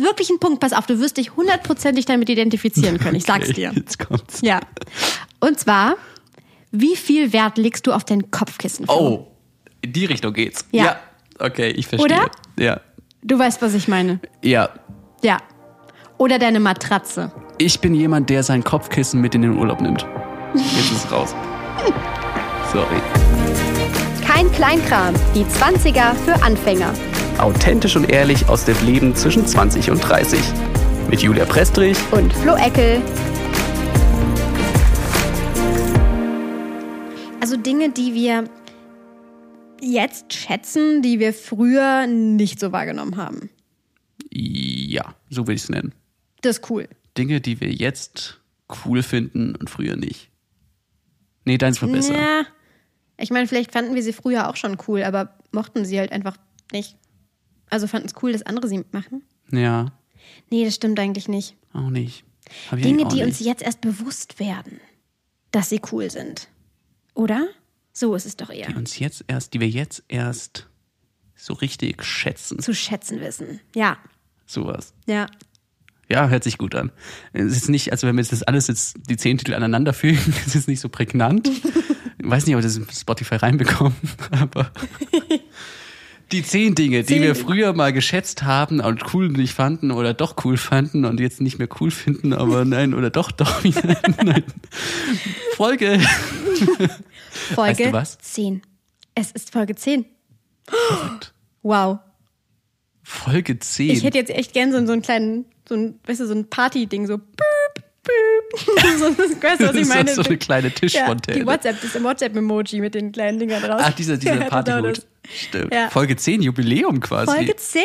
wirklich ein Punkt, pass auf, du wirst dich hundertprozentig damit identifizieren können. Ich sag's dir. Jetzt kommt's. Ja. Und zwar, wie viel Wert legst du auf dein Kopfkissen? Flo? Oh, in die Richtung geht's. Ja. Okay, ich verstehe. Oder? Ja. Du weißt, was ich meine. Ja. Ja. Oder deine Matratze. Ich bin jemand, der sein Kopfkissen mit in den Urlaub nimmt. Jetzt ist es raus. Sorry. Kein Kleinkram. Die 20er für Anfänger. Authentisch und ehrlich aus dem Leben zwischen 20 und 30. Mit Julia Prestrich. Und Flo Eckel. Also Dinge, die wir jetzt schätzen, die wir früher nicht so wahrgenommen haben. Ja, so will ich es nennen. Das ist cool. Dinge, die wir jetzt cool finden und früher nicht. Nee, deins war besser. Ja. Ich meine, vielleicht fanden wir sie früher auch schon cool, aber mochten sie halt einfach nicht. Also fanden es cool, dass andere sie machen. Ja, Nee, das stimmt eigentlich nicht. auch nicht. Hab ich Dinge, eigentlich auch die nicht. uns jetzt erst bewusst werden, dass sie cool sind. Oder? So ist es doch eher. die uns jetzt erst, die wir jetzt erst so richtig schätzen. Zu schätzen wissen. Ja. Sowas. Ja. Ja, hört sich gut an. Es ist nicht, also wenn wir jetzt das alles jetzt die zehn Titel aneinander fügen, es ist nicht so prägnant. Ich weiß nicht, ob wir das in Spotify reinbekommen, aber die zehn Dinge, die Zehn wir Dinge. früher mal geschätzt haben und cool nicht fanden oder doch cool fanden und jetzt nicht mehr cool finden, aber nein oder doch doch wieder. Nein. Folge. Folge du was? 10. Es ist Folge 10. Wow. Folge zehn. Ich hätte jetzt echt gern so, so einen kleinen, so ein, weißt du, so ein Party-Ding, so büp, büp. so, weißt du, was Das ich ist meine? so eine kleine Tischfontäne. Ja, die WhatsApp, das ist ein WhatsApp-Memoji mit den kleinen Dingern drauf. Ach, Ah, dieser, dieser Ja, genau Partyhut. das. Stimmt. Ja. Folge 10, Jubiläum quasi. Folge 10.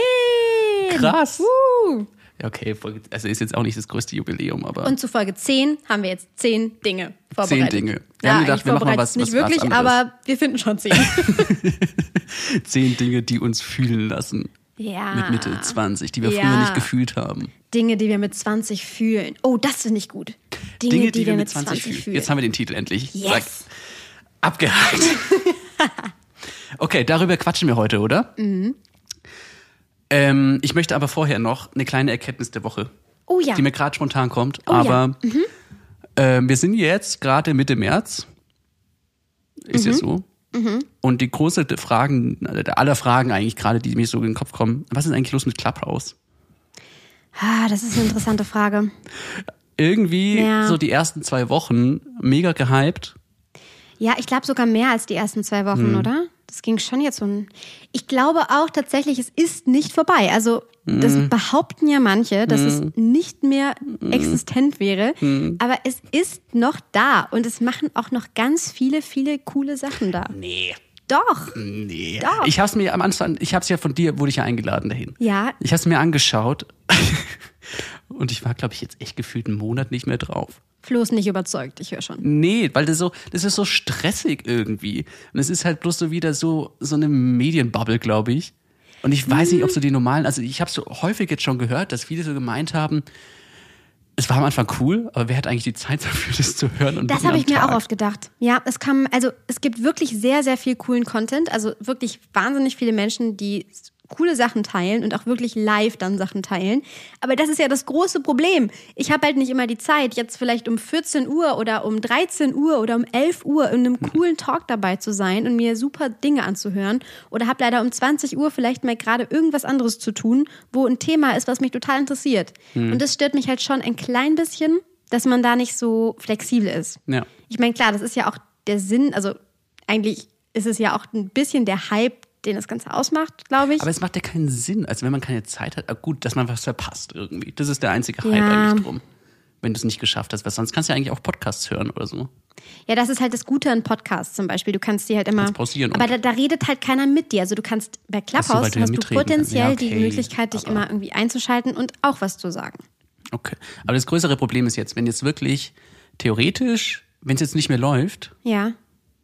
Krass. Uh. Ja, okay, Folge, also ist jetzt auch nicht das größte Jubiläum, aber Und zu Folge 10 haben wir jetzt 10 Dinge vorbereitet. Zehn Dinge. Wir haben gedacht, eigentlich wir machen mal vorbereitet was- Nicht was- was wirklich, anderes. aber wir finden schon 10. zehn Dinge, die uns fühlen lassen. ja. Mit Mitte 20, die wir Ah. Ja. früher nicht gefühlt haben. Dinge, die wir mit 20 fühlen. Oh, das finde ich gut. Dinge, die, wir mit 20, fühlen. Jetzt haben wir den Titel endlich. Zack. yes. Abgehakt. okay, darüber quatschen wir heute, oder? Mhm. Ähm, ich möchte aber vorher noch eine kleine Erkenntnis der Woche, Oh ja. die mir gerade spontan kommt. Oh ja. aber ähm, wir sind jetzt gerade Mitte März. Ist Mhm. ja so. Und die große Fragen, äh, aller Fragen eigentlich gerade, die mir so in den Kopf kommen, was ist eigentlich los mit Clubhouse? Ah, das ist eine interessante Frage. Irgendwie Ja. so die ersten zwei Wochen mega gehypt. Ja, ich glaube sogar mehr als die ersten zwei Wochen, oder? Das ging schon jetzt so ein. Ich glaube auch tatsächlich, es ist nicht vorbei. Also, das behaupten ja manche, dass es nicht mehr existent wäre. Aber es ist noch da und es machen auch noch ganz viele, viele coole Sachen da. Nee. Doch. Nee. Doch. Ich hab's mir am Anfang, ich hab's ja von dir, wurde ich ja eingeladen dahin. Ja. Ich hab's mir angeschaut und ich war, glaube ich, jetzt echt gefühlt einen Monat nicht mehr drauf. Flo ist nicht überzeugt, ich höre schon. Nee, weil das so, das ist so stressig irgendwie. Und es ist halt bloß so wieder so, so eine Medienbubble, glaube ich. Und ich weiß nicht, ob so die normalen, also ich habe so häufig jetzt schon gehört, dass viele so gemeint haben, es war am Anfang cool, aber wer hat eigentlich die Zeit dafür, das zu hören? Und Das mitten habe am ich mir Tag? auch oft gedacht. Ja, es kam, also es gibt wirklich sehr, sehr viel coolen Content. Also wirklich wahnsinnig viele Menschen, die s- coole Sachen teilen und auch wirklich live dann Sachen teilen. Aber das ist ja das große Problem. Ich habe halt nicht immer die Zeit, jetzt vielleicht um 14 Uhr oder um 13 Uhr oder um 11 Uhr in einem coolen Talk dabei zu sein und mir super Dinge anzuhören. Oder habe leider um 20 Uhr vielleicht mal gerade irgendwas anderes zu tun, wo ein Thema ist, was mich total interessiert. Und das stört mich halt schon ein klein bisschen, dass man da nicht so flexibel ist. Ja. Ich meine, klar, das ist ja auch der Sinn, also eigentlich ist es ja auch ein bisschen der Hype, den das Ganze ausmacht, glaube ich. Aber es macht ja keinen Sinn. Also wenn man keine Zeit hat, ah, gut, dass man was verpasst irgendwie. Das ist der einzige Hype Ja. eigentlich drum. Wenn du es nicht geschafft hast, weil sonst kannst du ja eigentlich auch Podcasts hören oder so. ja, das ist halt das Gute an Podcasts zum Beispiel. Du kannst die halt immer. Kannst pausieren aber und- da, da redet halt keiner mit dir. Also du kannst bei so, weil Clubhouse du ja hast du mitreden. potenziell Ja, die okay, Möglichkeit, dich aber- immer irgendwie einzuschalten und auch was zu sagen. Okay. Aber das größere Problem ist jetzt, wenn jetzt wirklich theoretisch, wenn es jetzt nicht mehr läuft, Ja.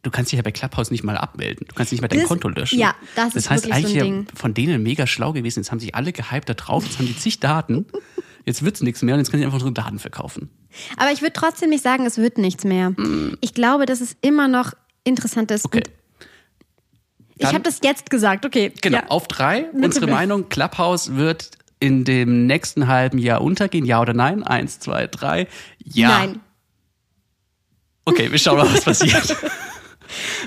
du kannst dich ja bei Clubhouse nicht mal abmelden. Du kannst nicht mal dein Das- Konto löschen. ja, das das ist heißt wirklich so eigentlich ein ja Ding. von denen mega schlau gewesen. Jetzt haben sich alle gehypt da drauf, jetzt haben die zig Daten. Jetzt wird's nichts mehr und jetzt können die einfach unsere Daten verkaufen. Aber ich würde trotzdem nicht sagen, es wird nichts mehr. Ich glaube, dass es immer noch interessant ist. Mm. Okay. Und ich Dann- habe das jetzt gesagt, okay. Genau, Ja. auf drei. Unsere Meinung, Clubhouse wird in dem nächsten halben Jahr untergehen? Ja oder nein? Eins, zwei, drei. Ja. Nein. Okay, wir schauen mal, was passiert.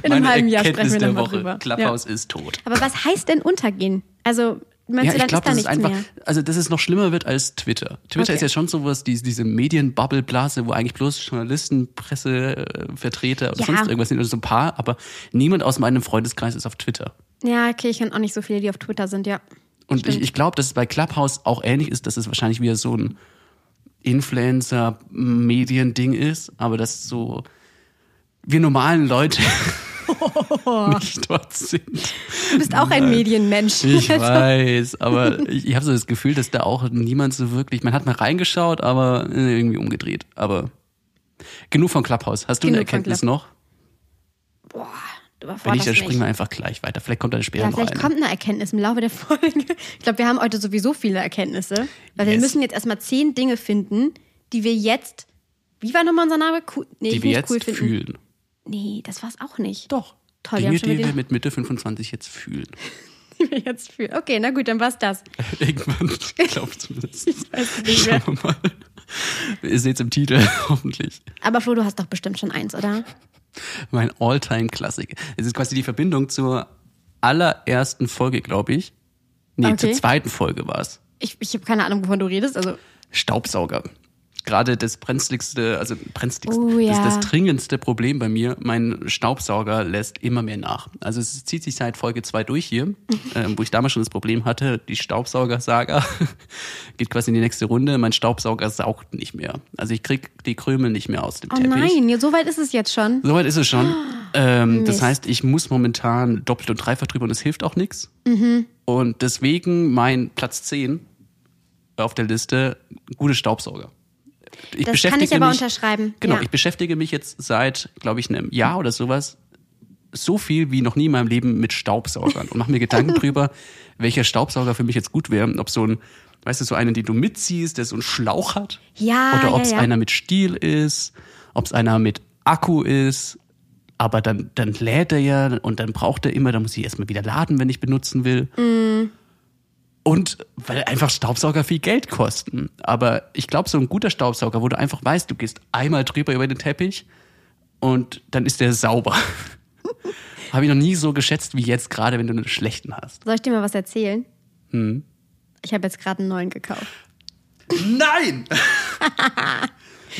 In einem Meine halben Jahr sprechen Erkenntnis wir der dann mal Woche. drüber. Clubhouse ist tot. Aber was heißt denn untergehen? Also, meinst du, dann glaub, ist da dass nichts es einfach, mehr? also dass es noch schlimmer wird als Twitter. Twitter Okay. ist ja schon sowas, die, diese Medienbubble-Blase, wo eigentlich bloß Journalisten, Pressevertreter oder Ja. sonst irgendwas sind oder so ein paar, aber niemand aus meinem Freundeskreis ist auf Twitter. Ja, okay, ich kenne auch nicht so viele, die auf Twitter sind, ja. Und ich, ich glaube, dass es bei Clubhouse auch ähnlich ist, dass es wahrscheinlich wieder so ein Influencer-Medien-Ding ist, aber dass so wir normalen Leute nicht dort sind. Du bist auch ein Medienmensch. Ich weiß, aber ich, ich habe so das Gefühl, dass da auch niemand so wirklich, man hat mal reingeschaut, aber äh, irgendwie umgedreht. Aber genug von Clubhouse. Hast du eine Genug von Erkenntnis Club- noch? Boah, du Wenn nicht, überforderst dann mich. springen wir einfach gleich weiter. Vielleicht kommt dann später Ja, noch vielleicht eine. kommt eine Erkenntnis im Laufe der Folge. Ich glaube, wir haben heute sowieso viele Erkenntnisse, weil wir Yes. müssen jetzt erstmal zehn Dinge finden, die wir jetzt, wie war nochmal unser Name? Cool, nee, die ich wir nicht jetzt cool finden. fühlen. Nee, das war's auch nicht. Doch. Toll, wir Dinge, haben schon die wieder- wir mit Mitte 25 jetzt fühlen. Die wir jetzt fühlen. Okay, na gut, dann war's das. Irgendwann, ich glaube zumindest. weiß es nicht mehr. Schauen wir mal. Ihr seht es im Titel, hoffentlich. Aber Flo, du hast doch bestimmt schon eins, oder? Mein All-Time-Klassiker. Es ist quasi die Verbindung zur allerersten Folge, glaube ich. Nee, Okay. zur zweiten Folge war es. Ich, ich habe keine Ahnung, wovon du redest. Also, Staubsauger. Gerade das brenzligste, also brenzligste, Oh, ja. das, das dringendste Problem bei mir, mein Staubsauger lässt immer mehr nach. Also es zieht sich seit Folge 2 durch hier, ähm, wo ich damals schon das Problem hatte, die Staubsauger-Saga geht quasi in die nächste Runde, mein Staubsauger saugt nicht mehr. Also ich krieg die Krümel nicht mehr aus dem oh Teppich. nein, ja, so weit ist es jetzt schon. Soweit ist es schon. Ähm, das Mist. heißt, ich muss momentan doppelt und dreifach drüber und es hilft auch nichts. Mhm. Und deswegen mein Platz 10 auf der Liste, gute Staubsauger. Ich Das kann ich aber mich, unterschreiben. Genau, ja. ich beschäftige mich jetzt seit, glaube ich, einem Jahr oder sowas so viel wie noch nie in meinem Leben mit Staubsaugern und mache mir Gedanken drüber, welcher Staubsauger für mich jetzt gut wäre. Ob so ein, weißt du, so einen, den du mitziehst, der so einen Schlauch hat. Ja, Oder ja, ob es ja. einer mit Stiel ist, ob es einer mit Akku ist. Aber dann, dann lädt er ja und dann braucht er immer, dann muss ich erstmal wieder laden, wenn ich benutzen will. Mm. Und weil einfach Staubsauger viel Geld kosten. Aber ich glaube, so ein guter Staubsauger, wo du einfach weißt, du gehst einmal drüber über den Teppich und dann ist der sauber. Habe ich noch nie so geschätzt wie jetzt gerade, wenn du einen schlechten hast. Soll ich dir mal was erzählen? Hm. Ich habe jetzt gerade einen neuen gekauft. Nein!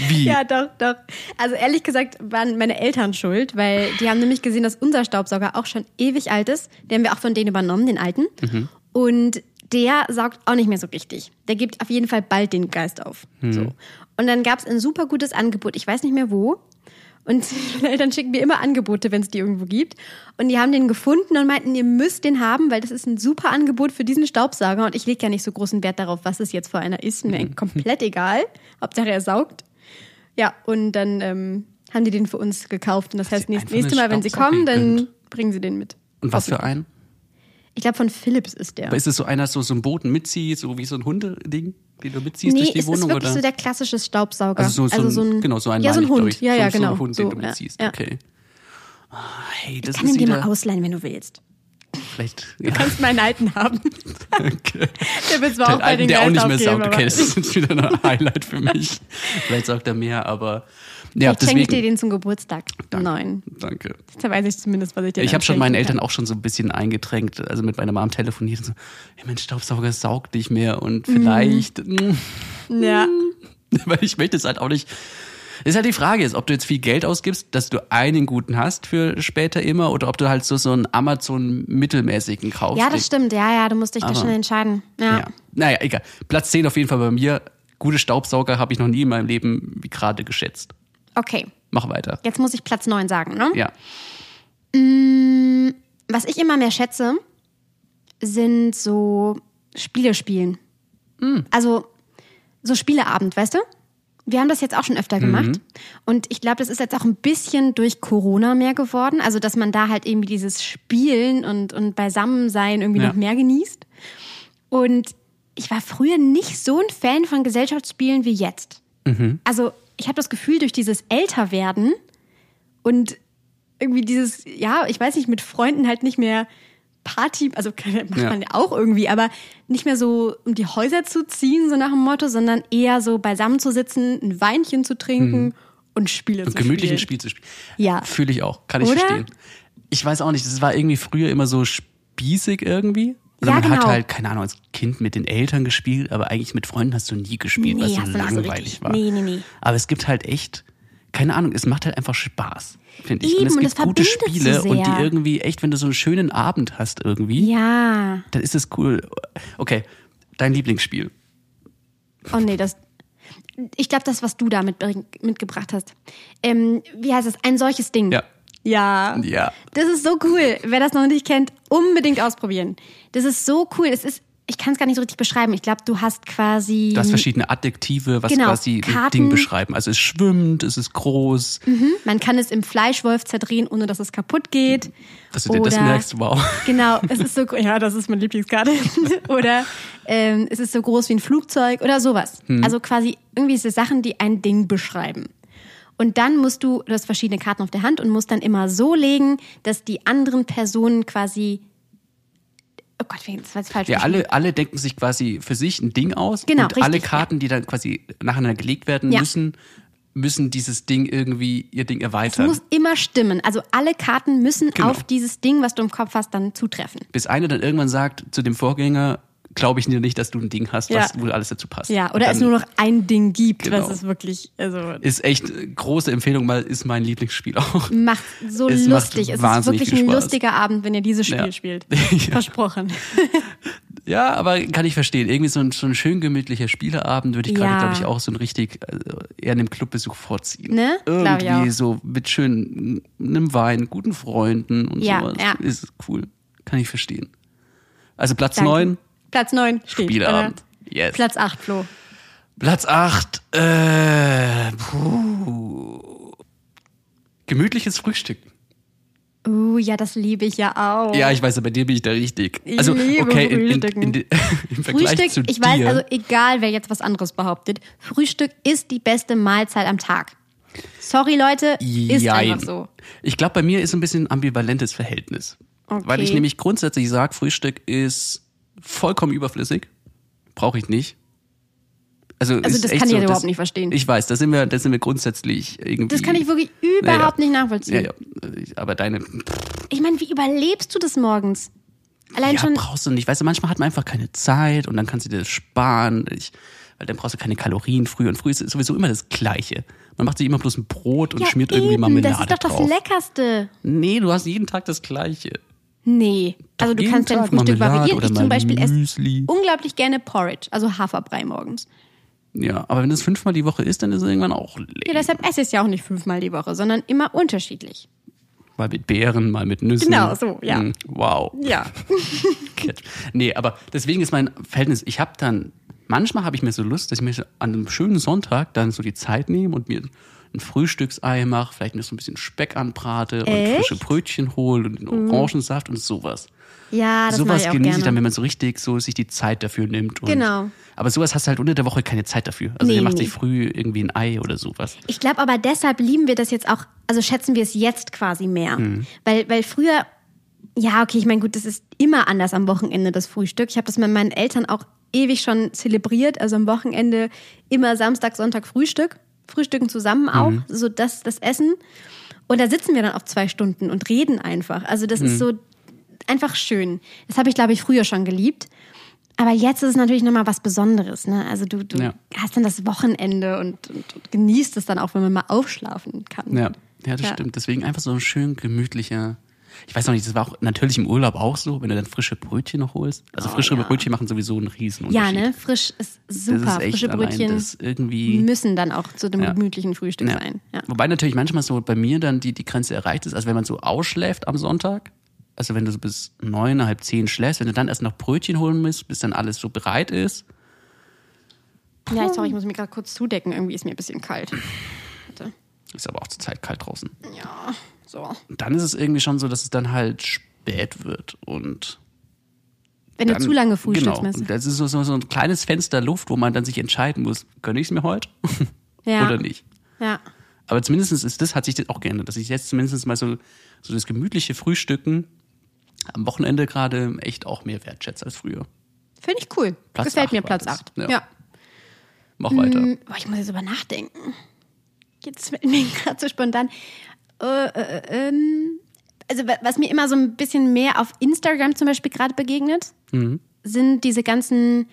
wie? Ja, doch, doch. Also ehrlich gesagt waren meine Eltern schuld, weil die haben nämlich gesehen, dass unser Staubsauger auch schon ewig alt ist. Den haben wir auch von denen übernommen, den alten. Und der saugt auch nicht mehr so richtig. Der gibt auf jeden Fall bald den Geist auf. So. Und dann gab es ein super gutes Angebot, ich weiß nicht mehr wo. Und meine Eltern schicken mir immer Angebote, wenn es die irgendwo gibt. Und die haben den gefunden und meinten, ihr müsst den haben, weil das ist ein super Angebot für diesen Staubsauger. Und ich lege ja nicht so großen Wert darauf, was es jetzt für einer ist. Mir komplett egal. Hauptsache er saugt. Ja, und dann ähm, haben die den für uns gekauft. Und das heißt, sie nächstes einfach nächste Mal, wenn sie Staubsauger kommen, dann gegönnt. bringen sie den mit. Und was für einen? Ich glaube, von Philips ist der. Aber ist es so einer, so, so einen Boden mitzieht, so wie so ein Hundeding, den du mitziehst Nee, durch die es ist Wohnung? wirklich oder? so der klassische Staubsauger. also so, so, ein, genau, so ein Ja, so ein meine Hund. ich, glaub ich. Ja, so, ja, so genau. ein Hund, so, den du ja, mitziehst. ja. Okay. Ah, Hey, das Ich kann ist ihn dir wieder mal ausleihen, wenn du willst. vielleicht. Du kannst meinen alten haben. okay. Der wird zwar auch Den bei alten, den der auch Geist nicht mehr aufgeben, saugt. aber- Okay, das ist jetzt wieder ein Highlight für mich. Vielleicht sagt er mehr, aber ja, Vielleicht schenke ich dir deswegen. den zum Geburtstag. Danke. Neun. Danke. Da weiß ich zumindest, was ich dir Ich habe schon schenken meinen Eltern kann. auch schon so ein bisschen eingetränkt, also mit meiner Mom telefoniert und so, hey, mein Staubsauger saugt nicht mehr und Mhm. vielleicht, mm. Ja. weil ich möchte es halt auch nicht. Ist halt die Frage ist, ob du jetzt viel Geld ausgibst, dass du einen guten hast für später immer oder ob du halt so so einen Amazon mittelmäßigen kaufst. ja, das stimmt. Ja, ja, du musst dich da Aber- schon entscheiden. Ja. Ja. Naja, egal. Platz 10 auf jeden Fall bei mir. Gute Staubsauger habe ich noch nie in meinem Leben wie gerade geschätzt. Okay, Mach weiter. jetzt muss ich Platz neun sagen, ne? Ja. Was ich immer mehr schätze, sind so Spiele spielen. Also so Spieleabend, weißt du? Wir haben das jetzt auch schon öfter gemacht. Und ich glaube, das ist jetzt auch ein bisschen durch Corona mehr geworden. Also, dass man da halt irgendwie dieses Spielen und, und Beisammensein irgendwie Ja. noch mehr genießt. Und ich war früher nicht so ein Fan von Gesellschaftsspielen wie jetzt. Also, ich habe das Gefühl, durch dieses Älterwerden und irgendwie dieses, ja, ich weiß nicht, mit Freunden halt nicht mehr Party, also keine- macht man ja auch irgendwie, aber nicht mehr so um die Häuser zu ziehen, so nach dem Motto, sondern eher so beisammen zu sitzen, ein Weinchen zu trinken Mhm. und Spiele zu gemütlichen spielen. Spiel zu spielen. Ja. Fühle ich auch, kann ich Oder? verstehen. Ich weiß auch nicht, das war irgendwie früher immer so spießig irgendwie. Oder Ja, man hat genau. halt, keine Ahnung, als Kind mit den Eltern gespielt, aber eigentlich mit Freunden hast du nie gespielt, Nee, weil es hast so du also nicht so langweilig richtig. war. Nee, nee, nee. Aber es gibt halt echt, keine Ahnung, es macht halt einfach Spaß, finde ich. Eben, und es und gibt das gute verbindet so Spiele und sehr. die irgendwie echt, wenn du so einen schönen Abend hast irgendwie, Ja. dann ist es cool. Okay, dein Lieblingsspiel. Oh nee, das. Ich glaube, das, was du da mitbring- mitgebracht hast. Ähm, wie heißt das? Ein solches Ding. Ja. Ja. Ja. Das ist so cool. Wer das noch nicht kennt, unbedingt ausprobieren. Das ist so cool. Es ist, ich kann es gar nicht so richtig beschreiben. Ich glaube, du hast quasi. Du hast verschiedene Adjektive, was Genau, quasi ein Ding Karten. beschreiben. Also es schwimmt, es ist groß, Mhm. Man kann es im Fleischwolf zerdrehen, ohne dass es kaputt geht. Dass du dir das Oder- merkst, wow. Genau, es ist so, gro- ja, das ist meine Lieblingskarte. oder ähm, es ist so groß wie ein Flugzeug oder sowas. Mhm. Also quasi irgendwie diese Sachen, die ein Ding beschreiben. Und dann musst du, du hast verschiedene Karten auf der Hand und musst dann immer so legen, dass die anderen Personen quasi, oh Gott, das war jetzt falsch. Ja, beschrieben. alle, alle denken sich quasi für sich ein Ding aus. Genau, und alle richtig, Karten, die dann quasi nacheinander gelegt werden Ja. müssen, müssen dieses Ding irgendwie, ihr Ding erweitern. muss immer stimmen. Also alle Karten müssen Genau. auf dieses Ding, was du im Kopf hast, dann zutreffen. Bis einer dann irgendwann sagt zu dem Vorgänger, glaube ich dir nicht, dass du ein Ding hast, Ja. was wohl alles dazu passt. Ja, Und oder dann es nur noch ein Ding gibt, Genau. was es wirklich, also Ist echt äh, große Empfehlung, weil ist mein Lieblingsspiel auch. macht so Es macht lustig. es ist wahnsinnig wirklich viel ein Spaß. lustiger Abend, wenn ihr dieses Spiel Ja. spielt. Ja. Versprochen. Ja, aber kann ich verstehen. Irgendwie so ein, so ein schön gemütlicher Spieleabend würde ich gerade, Ja. glaube ich, auch so ein richtig äh, eher einem Clubbesuch vorziehen. Ne? Glaub ich Irgendwie auch. so mit schön einem Wein, guten Freunden und Ja, sowas. ja. Ist cool. Kann ich verstehen. Also Platz Danke. neun, Platz 9 steht. Spieleabend. oder? Yes. Platz 8, Flo. Platz acht, äh, puh. Gemütliches Frühstück. Uh, ja, das liebe ich ja auch. Ja, ich weiß, aber bei dir bin ich da richtig. Ich also, liebe okay, in, in, Frühstücken. in, de- im Vergleich Frühstück, zu ich weiß, dir. also egal, wer jetzt was anderes behauptet, Frühstück ist die beste Mahlzeit am Tag. Sorry, Leute, ist Jein. einfach so. Ich glaube, bei mir ist ein bisschen ein ambivalentes Verhältnis. Okay. Weil ich nämlich grundsätzlich sage, Frühstück ist vollkommen überflüssig. Brauche ich nicht. Also, Also ist das echt kann ich so, ja dass- überhaupt nicht verstehen. Ich weiß, da sind wir, da sind wir grundsätzlich irgendwie. Das kann ich wirklich überhaupt nicht nachvollziehen. Ja, ja. Aber deine Ich meine, wie überlebst du das morgens? Allein ja, schon, brauchst du nicht. Weißt du, manchmal hat man einfach keine Zeit und dann kannst du dir das sparen. Ich, weil dann brauchst du keine Kalorien früh und früh ist sowieso immer das Gleiche. Man macht sich immer bloß ein Brot und ja, schmiert irgendwie eben, Marmelade das ist doch das drauf. Leckerste. Nee, du hast jeden Tag das Gleiche. Nee. Also du jeden kannst dein Tag Frühstück Marmelade variieren. oder Ich mal zum Beispiel Müsli. esse unglaublich gerne Porridge, also Haferbrei morgens. Ja, aber wenn es fünfmal die Woche ist, dann ist es irgendwann auch leer. Ja, deshalb esse ich es ja auch nicht fünfmal die Woche, sondern immer unterschiedlich. Mal mit Beeren, mal mit Nüssen. Genau, so, ja. Mm, Wow. Ja. Catch. Nee, aber deswegen ist mein Verhältnis, ich habe dann, manchmal habe ich mir so Lust, dass ich mir so an einem schönen Sonntag dann so die Zeit nehme und mir ein Frühstücksei mache, vielleicht noch so ein bisschen Speck anbrate und Echt? Mhm. frische Brötchen hole und einen Orangensaft und sowas. Ja, Ah, das mache sowas ich auch genieße gerne. ich dann, wenn man so richtig so sich die Zeit dafür nimmt. Und, Genau. Aber sowas hast du halt unter der Woche keine Zeit dafür. Also Nee, ihr macht nee. sich früh irgendwie ein Ei oder sowas. ich glaube aber deshalb lieben wir das jetzt auch, also schätzen wir es jetzt quasi mehr. Hm. Weil, weil früher, ja, okay, ich meine, gut, das ist immer anders am Wochenende, das Frühstück. Ich habe das mit meinen Eltern auch ewig schon zelebriert, also am Wochenende immer Samstag, Sonntag Frühstück. Frühstücken zusammen auch, Mhm. so das, das Essen. Und da sitzen wir dann auch zwei Stunden und reden einfach. Also das Mhm. ist so einfach schön. Das habe ich, glaube ich, früher schon geliebt. Aber jetzt ist es natürlich nochmal was Besonderes. Ne? Also du, du Ja. hast dann das Wochenende und, und, und genießt es dann auch, wenn man mal aufschlafen kann. Ja, ja das Ja. stimmt. Deswegen einfach so ein schön gemütlicher. Ich weiß noch nicht, das war auch natürlich im Urlaub auch so, wenn du dann frische Brötchen noch holst. Also frische Oh, ja. Brötchen machen sowieso einen Riesenunterschied. Ja, ne? Frisch ist Das super. ist echt Frische allein Brötchen Das irgendwie. müssen dann auch zu dem Ja. gemütlichen Frühstück Ja. sein. Ja. Wobei natürlich manchmal so bei mir dann die, die Grenze erreicht ist. Also wenn man so ausschläft am Sonntag, also wenn du so bis neun, halb zehn schläfst, wenn du dann erst noch Brötchen holen musst, bis dann alles so bereit ist. ja, sorry, Hm. ich muss mich gerade kurz zudecken. Irgendwie ist mir ein bisschen kalt. Warte. Ist aber auch zur Zeit kalt draußen. Ja, so. Und dann ist es irgendwie schon so, dass es dann halt spät wird und Wenn du dann- zu lange frühstückst, Genau. meinst du? Und Das ist so, so, so ein kleines Fenster Luft, wo man dann sich entscheiden muss, gönne ich es mir heute Ja. oder nicht. Ja. Aber zumindest ist das, hat sich das auch geändert, dass ich jetzt zumindest mal so, so das gemütliche Frühstücken am Wochenende gerade echt auch mehr wertschätze als früher. Finde ich cool. Platz Gefällt acht mir war Platz das. 8. Ja. Ja. Mach weiter. Hm, boah, ich muss jetzt über nachdenken. Jetzt mit mir gerade so spontan. Äh, äh, ähm, also, wa- was mir immer so ein bisschen mehr auf Instagram zum Beispiel gerade begegnet, sind diese ganzen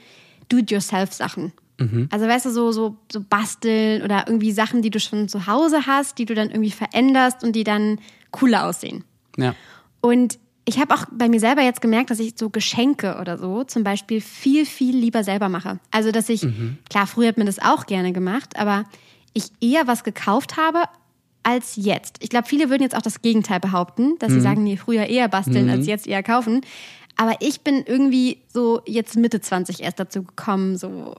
Do-it-yourself-Sachen. Also, weißt du, so, so, so basteln oder irgendwie Sachen, die du schon zu Hause hast, die du dann irgendwie veränderst und die dann cooler aussehen. Ja. Und ich habe auch bei mir selber jetzt gemerkt, dass ich so Geschenke oder so zum Beispiel viel, viel lieber selber mache. Also, dass ich, klar, früher hat man das auch gerne gemacht, aber ich eher was gekauft habe als jetzt. Ich glaube, viele würden jetzt auch das Gegenteil behaupten, dass sie sagen, nee, früher eher basteln als jetzt eher kaufen. Aber ich bin irgendwie so jetzt Mitte 20 erst dazu gekommen, so,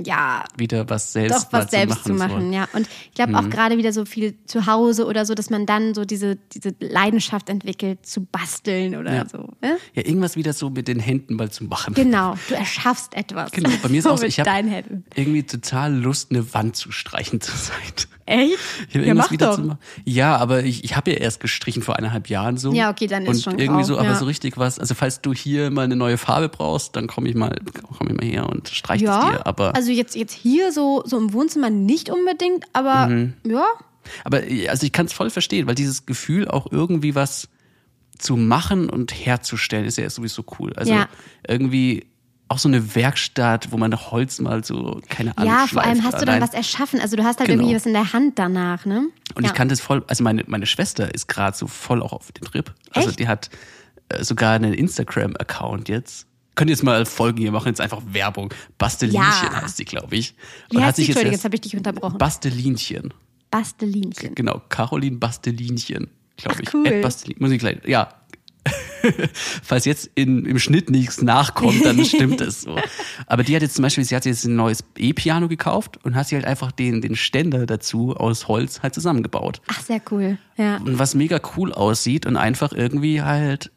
ja, Wieder was selbst, doch was selbst zu so. machen, ja. Und ich glaube Mhm. auch gerade wieder so viel zu Hause oder so, dass man dann so diese, diese Leidenschaft entwickelt zu basteln oder Ja. so. Ne? Ja, irgendwas wieder so mit den Händen mal zu machen. Genau, du erschaffst etwas. Genau, bei mir ist so auch so, mit ich habe deinen Händen. irgendwie total Lust, eine Wand zu streichen zurzeit. Echt? Ich hab ja, irgendwas mach wieder doch. zu machen. Ja, aber ich, ich habe ja erst gestrichen vor eineinhalb Jahren so. Ja, okay, dann ist Und schon irgendwie grau, so, aber ja. so richtig was. Also falls du hier mal eine neue Farbe brauchst, dann komme ich mal, komm ich mal her und streiche Ja, es dir. Aber, also jetzt, jetzt hier so, so im Wohnzimmer nicht unbedingt, aber Mhm. ja, aber also ich kann es voll verstehen, weil dieses Gefühl auch irgendwie was zu machen und herzustellen ist ja sowieso cool. Also Ja. irgendwie auch so eine Werkstatt, wo man Holz mal so keine Ahnung. ja, vor allem schleift hast du dann allein. was erschaffen. Also du hast halt Genau. irgendwie was in der Hand danach, ne? Und ja. ich kann das voll, also meine, meine Schwester ist gerade so voll auch auf den Trip. Also Echt? die hat äh, sogar einen Instagram-Account jetzt. Könnt ihr jetzt mal folgen hier, machen jetzt einfach Werbung. Bastelinchen Ja. heißt die, glaube ich. Wie heißt die? Entschuldige, erst- jetzt habe ich dich unterbrochen. Bastelinchen. Bastelinchen. Genau, Caroline Bastelinchen, glaube Ach, ich. cool. Ed Bastelin, muss ich gleich, ja. Falls jetzt in, im Schnitt nichts nachkommt, dann stimmt es so. Aber die hat jetzt zum Beispiel, sie hat jetzt ein neues E-Piano gekauft und hat sie halt einfach den, den Ständer dazu aus Holz halt zusammengebaut Ach, sehr cool. Ja. und was mega cool aussieht und einfach irgendwie halt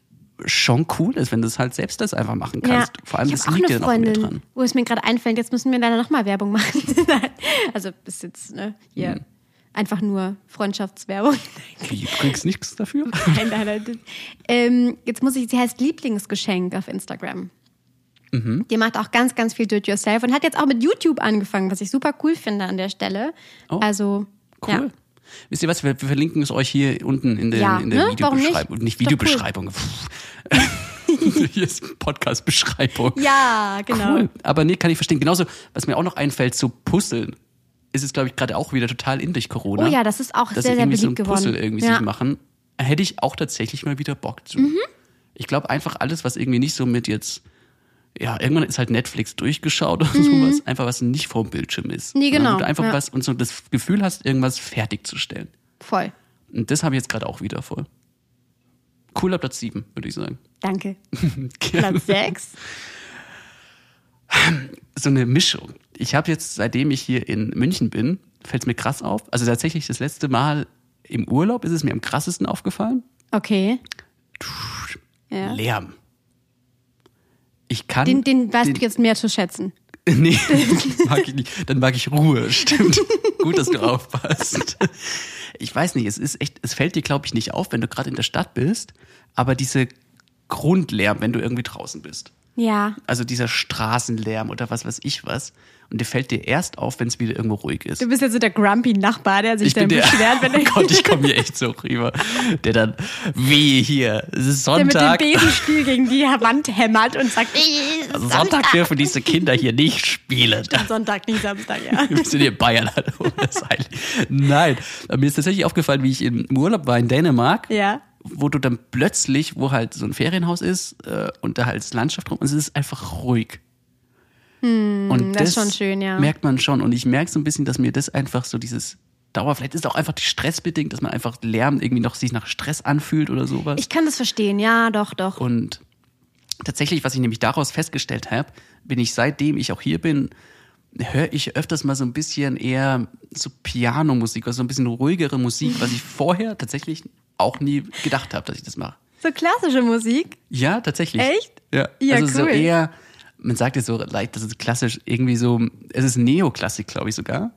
schon cool ist, wenn du es halt selbst das einfach machen kannst. Vor allem, ich das hab auch liegt eine ja noch mit Freundin, dran. Wo es mir gerade einfällt, jetzt müssen wir leider nochmal Werbung machen. Nein. also bis jetzt, ne? Hier. Mhm. Einfach nur Freundschaftswerbung. Wie, du kriegst nichts dafür? nein, nein, nein. das- Ähm, jetzt muss ich, sie heißt Lieblingsgeschenk auf Instagram. Mhm. Die macht auch ganz, ganz viel Do-it-yourself und hat jetzt auch mit YouTube angefangen, was ich super cool finde an der Stelle. Oh, also, Cool. ja. Wisst ihr was, wir, wir verlinken es euch hier unten in der, Ja, in der ne? Warum nicht? Videobeschreibung. Nicht Ist doch cool. Videobeschreibung. hier ist Podcast-Beschreibung. Ja, genau. Cool. Aber nee, kann ich verstehen. Genauso, was mir auch noch einfällt, zu Puzzeln ist es, glaube ich, gerade auch wieder total in durch Corona. Oh ja, das ist auch sehr, dass sie sehr irgendwie so ein beliebt Puzzle geworden. irgendwie Ja. Mhm. sich machen, hätte ich auch tatsächlich mal wieder Bock zu. Ich glaube einfach alles, was irgendwie nicht so mit jetzt, ja, irgendwann ist halt Netflix durchgeschaut oder sowas, einfach was nicht vorm Bildschirm ist. Mhm. Nee, genau, Und du einfach ja. was und so das Gefühl hast, irgendwas fertigzustellen. Voll. Und das habe ich jetzt gerade auch wieder voll. Cooler Platz 7, würde ich sagen. Danke. Gerne. Platz 6. so eine Mischung. Ich habe jetzt, seitdem ich hier in München bin, fällt es mir krass auf. Also tatsächlich das letzte Mal im Urlaub ist es mir am krassesten aufgefallen. Ähm, Okay. Ja. Lärm. Ich kann. Den, den weißt du jetzt mehr zu schätzen. Nee, mag ich nicht. Dann mag ich Ruhe, stimmt. Gut, dass du aufpasst. Ich weiß nicht, es ist echt, es fällt dir, glaube ich, nicht auf, wenn du gerade in der Stadt bist, aber diese Grundlärm, wenn du irgendwie draußen bist. Ja. Also dieser Straßenlärm oder was weiß ich was. Und der fällt dir erst auf, wenn es wieder irgendwo ruhig ist. Du bist jetzt so der grumpy Nachbar, der sich Ich bin dann der. beschwert, wenn oh er Gott, ich komme mir echt so rüber. Der dann, wie hier, es ist der mit dem Sonntag. Besenstiel gegen die Wand hämmert und sagt, "Ih, es ist Sonntag dürfen diese Kinder hier nicht spielen. Sonntag, nicht Samstag, ja. Wir sind hier in Bayern. Alter. Das ist heilig. Nein, Aber mir ist tatsächlich aufgefallen, wie ich im Urlaub war in Dänemark, Ja. wo du dann plötzlich, wo halt so ein Ferienhaus ist äh, und da halt ist Landschaft rum und es ist einfach ruhig. und Hm, das ist schon schön, ja. merkt man schon. Und ich merke so ein bisschen, dass mir das einfach so dieses Dauer, vielleicht ist auch einfach die stressbedingt, dass man einfach Lärm irgendwie noch sich nach Stress anfühlt oder sowas. Ich kann das verstehen, ja, doch, doch. Und tatsächlich, was ich nämlich daraus festgestellt habe, bin ich seitdem ich auch hier bin, höre ich öfters mal so ein bisschen eher so Pianomusik, also so ein bisschen ruhigere Musik, was ich vorher tatsächlich auch nie gedacht habe, dass ich das mache. So klassische Musik. Ja, tatsächlich. Echt? Ja. Ja, also so cool. eher, man sagt jetzt so leicht, das ist klassisch, irgendwie so, es ist Neoklassik, glaube ich sogar.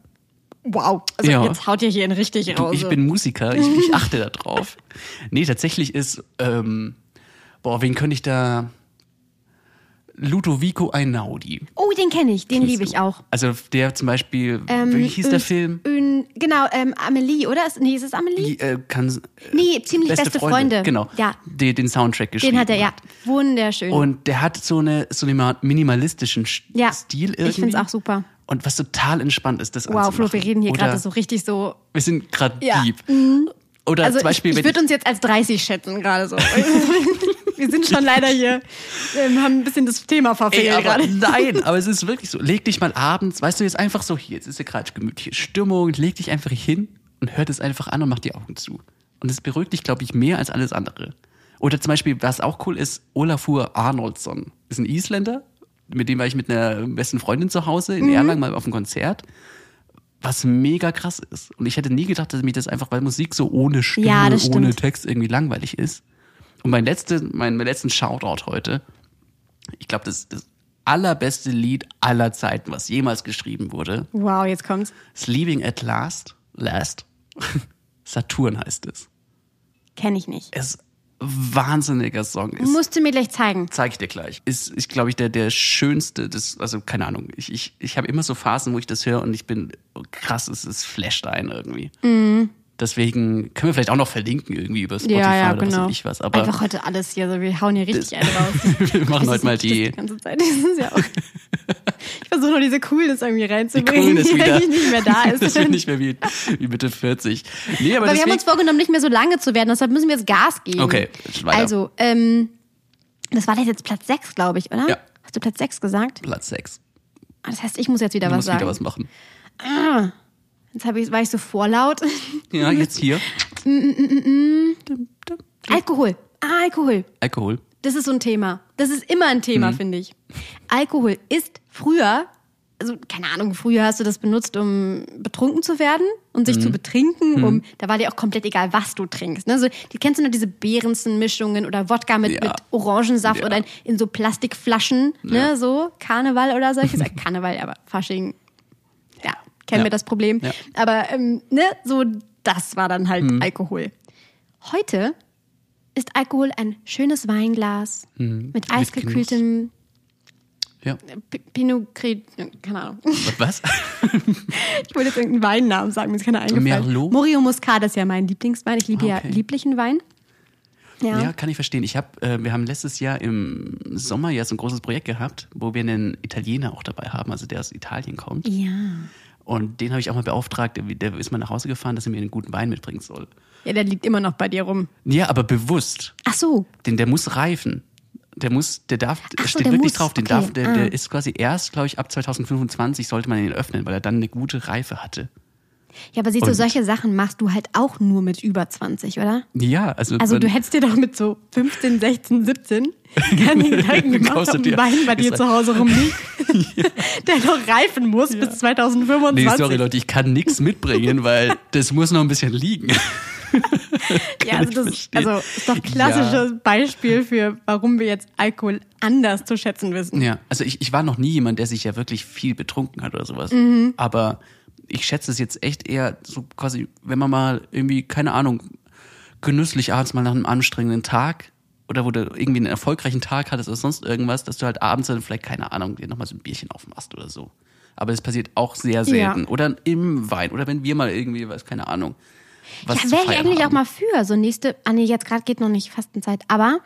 Wow. Also Ja. jetzt haut ihr hier einen richtig Du, raus. ich bin Musiker, ich, ich achte darauf. Nee, tatsächlich ist ähm, Boah, wen könnte ich da. Ludovico Einaudi. Oh, den kenne ich, den liebe ich auch. Ähm, äh, Also der zum Beispiel, wie hieß der Ön- Film? Ön, genau, ähm, Amelie, oder? Ist- Nee, ist es Amelie? Die, äh, kann, Nee, ziemlich beste, Freunde. Genau. Ja, Die, den Soundtrack geschrieben. den hat er, ja. Wunderschön. Und der hat so, eine, so einen minimalistischen Sch- Ja, Stil ich irgendwie. find's auch super. Und was total entspannt ist, das wow, Flo, anzumachen. wir reden hier Oder- gerade so richtig so. Wir sind gerade Ja. deep. Oder Also Äh, zum Beispiel, ich, ich wenn würde uns jetzt als 30 schätzen gerade so. wir sind schon leider hier, ähm, haben ein bisschen das Thema verfehlt Ey, aber, gerade. nein, aber es ist wirklich so. Leg dich mal abends, weißt du, jetzt einfach so hier, jetzt ist ja gerade gemütliche Stimmung, leg dich einfach hin und hör das einfach an und mach die Augen zu. Und es beruhigt dich, glaube ich, mehr als alles andere. Oder zum Beispiel, was auch cool ist, Olafur Arnoldsson ist ein Isländer, mit dem war ich mit einer besten Freundin zu Hause in Erlangen mal auf einem Konzert, was mega krass ist. Und ich hätte nie gedacht, dass mich das einfach, weil Musik so ohne Stimme, Ja, das ohne stimmt. Text irgendwie langweilig ist. Und mein, letzte, mein, mein letzten Shoutout heute, ich glaube, das ist das allerbeste Lied aller Zeiten, was jemals geschrieben wurde. Wow, jetzt kommt's. Sleeping at Last, Last, Saturn heißt es. Kenne ich nicht. Es ist ein wahnsinniger Song. Ist, Musst du mir gleich zeigen. zeig ich dir gleich. Ist, ist glaube ich, der, der schönste, das, also keine Ahnung. Ich, ich, ich habe immer so Phasen, wo ich das höre und ich bin, oh, krass, es, es flasht ein irgendwie. Deswegen können wir vielleicht auch noch verlinken irgendwie über Spotify Mhm. ja, ja, oder was genau. weiß ich was. Aber Einfach heute alles hier, so, wir hauen hier richtig einen raus. wir machen Das heute ist mal wirklich die, Das die ganze Zeit. Das ist ja auch ich versuche nur diese Coolness irgendwie reinzubringen, Coolness die wieder. eigentlich nicht mehr da ist. Dass wir nicht mehr wie, wie Mitte 40. Nee, aber, Aber wir deswegen, haben uns vorgenommen, nicht mehr so lange zu werden, deshalb müssen wir jetzt Gas geben. Okay, jetzt weiter. also, ähm, das war jetzt Platz 6, glaube ich, oder? Ja. Hast du Platz 6 gesagt? Platz 6. Ah, Das heißt, ich muss jetzt wieder Du was musst sagen. wieder was machen. Jetzt hab ich, war ich so vorlaut. Ja, jetzt hier. Alkohol. Ah, Alkohol. Alkohol. Das ist so ein Thema. Das ist immer ein Mhm. Thema, finde ich. Alkohol ist früher, also keine Ahnung, früher hast du das benutzt, um betrunken zu werden und sich Mhm. zu betrinken. Um, da war dir auch komplett egal, was du trinkst. Ne? So, die kennst du nur diese Beerenzen-Mischungen oder Wodka mit, Ja. mit Orangensaft Ja. oder in, in so Plastikflaschen, Ja. ne? so Karneval oder solches. Äh, Karneval, aber Fasching. Ja, kennen Ja. wir das Problem. Ja. Mhm. Aber ähm, ne, so das war dann halt Alkohol. Heute ist Alkohol ein schönes Weinglas Hm, mit eisgekühltem Ja. P- Pinot Gris, keine Ahnung. Was? Ich wollte jetzt irgendeinen Weinnamen sagen, mir ist keiner eingefallen. Merlot? Morio Muscat ist ja mein Lieblingswein. Ich liebe Okay. ja lieblichen Wein. Ja. Ja. kann ich verstehen. Ich hab, äh, wir haben letztes Jahr im Sommer ja so ein großes Projekt gehabt, wo wir einen Italiener auch dabei haben, also der aus Italien kommt. Ja. Und den habe ich auch mal beauftragt, der, der ist mal nach Hause gefahren, dass er mir einen guten Wein mitbringen soll. Ja, der liegt immer noch bei dir rum. Ja, aber bewusst. Ach so. Den, der muss reifen. Der muss, der darf, Ach so, steht der wirklich muss, drauf, den okay, darf, der, ah. der ist quasi erst, glaube ich, ab 2025 sollte man ihn öffnen, weil er dann eine gute Reife hatte. Ja, aber siehst du, Und- solche Sachen machst du halt auch nur mit über 20, oder? Ja, also. Also man- du hättest dir doch mit so 15, 16, 17 keine Gedanken gemacht, Kaufst ob du ein dir- Wein bei dir Ist- zu Hause rumliegt, der noch reifen muss bis 2025. Nee, sorry Leute, ich kann nichts mitbringen, weil das muss noch ein bisschen liegen. ja, also, das, verstehen. also ist doch klassisches Beispiel für, warum wir jetzt Alkohol anders zu schätzen wissen. Ja, also ich, ich war noch nie jemand, der sich ja wirklich viel betrunken hat oder sowas. Mhm. Aber ich schätze es jetzt echt eher so quasi, wenn man mal irgendwie, keine Ahnung, genüsslich abends mal nach einem anstrengenden Tag oder wo du irgendwie einen erfolgreichen Tag hattest oder sonst irgendwas, dass du halt abends dann vielleicht, keine Ahnung, dir nochmal so ein Bierchen aufmachst oder so. Aber das passiert auch sehr selten. Oder im Wein. Oder wenn wir mal irgendwie, was, keine Ahnung. Was Da zu wäre ich feiern eigentlich auch haben. mal für. So nächste, ah nee, jetzt gerade geht noch nicht Fastenzeit, aber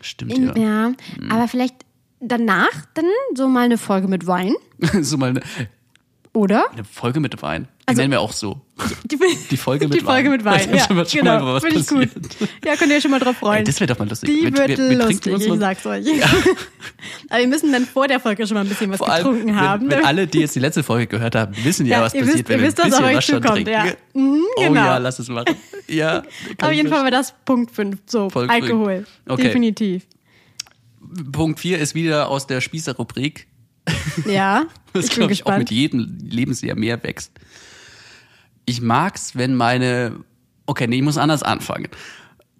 Stimmt, in, ja. ja. Hm. aber vielleicht danach dann so mal eine Folge mit Wein, so mal eine, oder? eine Folge mit Wein. Die Also- nennen wir auch so. Die, Die Folge mit die Folge Wein. mit Wein. Da Ja, sehen wir schon genau. mal, was Finde ich gut. Ja, könnt ihr euch schon mal drauf freuen. Ey, das wäre doch mal lustig. Die Wir- wird wir- wir lustig, trinken uns mal- ich sag's euch. Aber wir müssen dann vor der Folge schon mal ein bisschen was Vor allem, getrunken wenn, haben. wenn alle, die jetzt die letzte Folge gehört haben, wissen ja, Ja, was ihr passiert, wisst- wenn ihr wir wisst, was ein bisschen auf euch was schon zukommt, trinken. ja. Mhm, Oh genau. ja, lass es machen. Ja, kann Auf jeden ich Fall war das Punkt 5. So, Folge fünf. Alkohol. Okay. Definitiv. verstehen. Punkt 4 ist wieder aus der Spießer-Rubrik. Ja, Das ich bin glaube ich auch mit gespannt. jedem Lebensjahr mehr wächst. Ich mag's, wenn meine. Okay, nee, ich muss anders anfangen.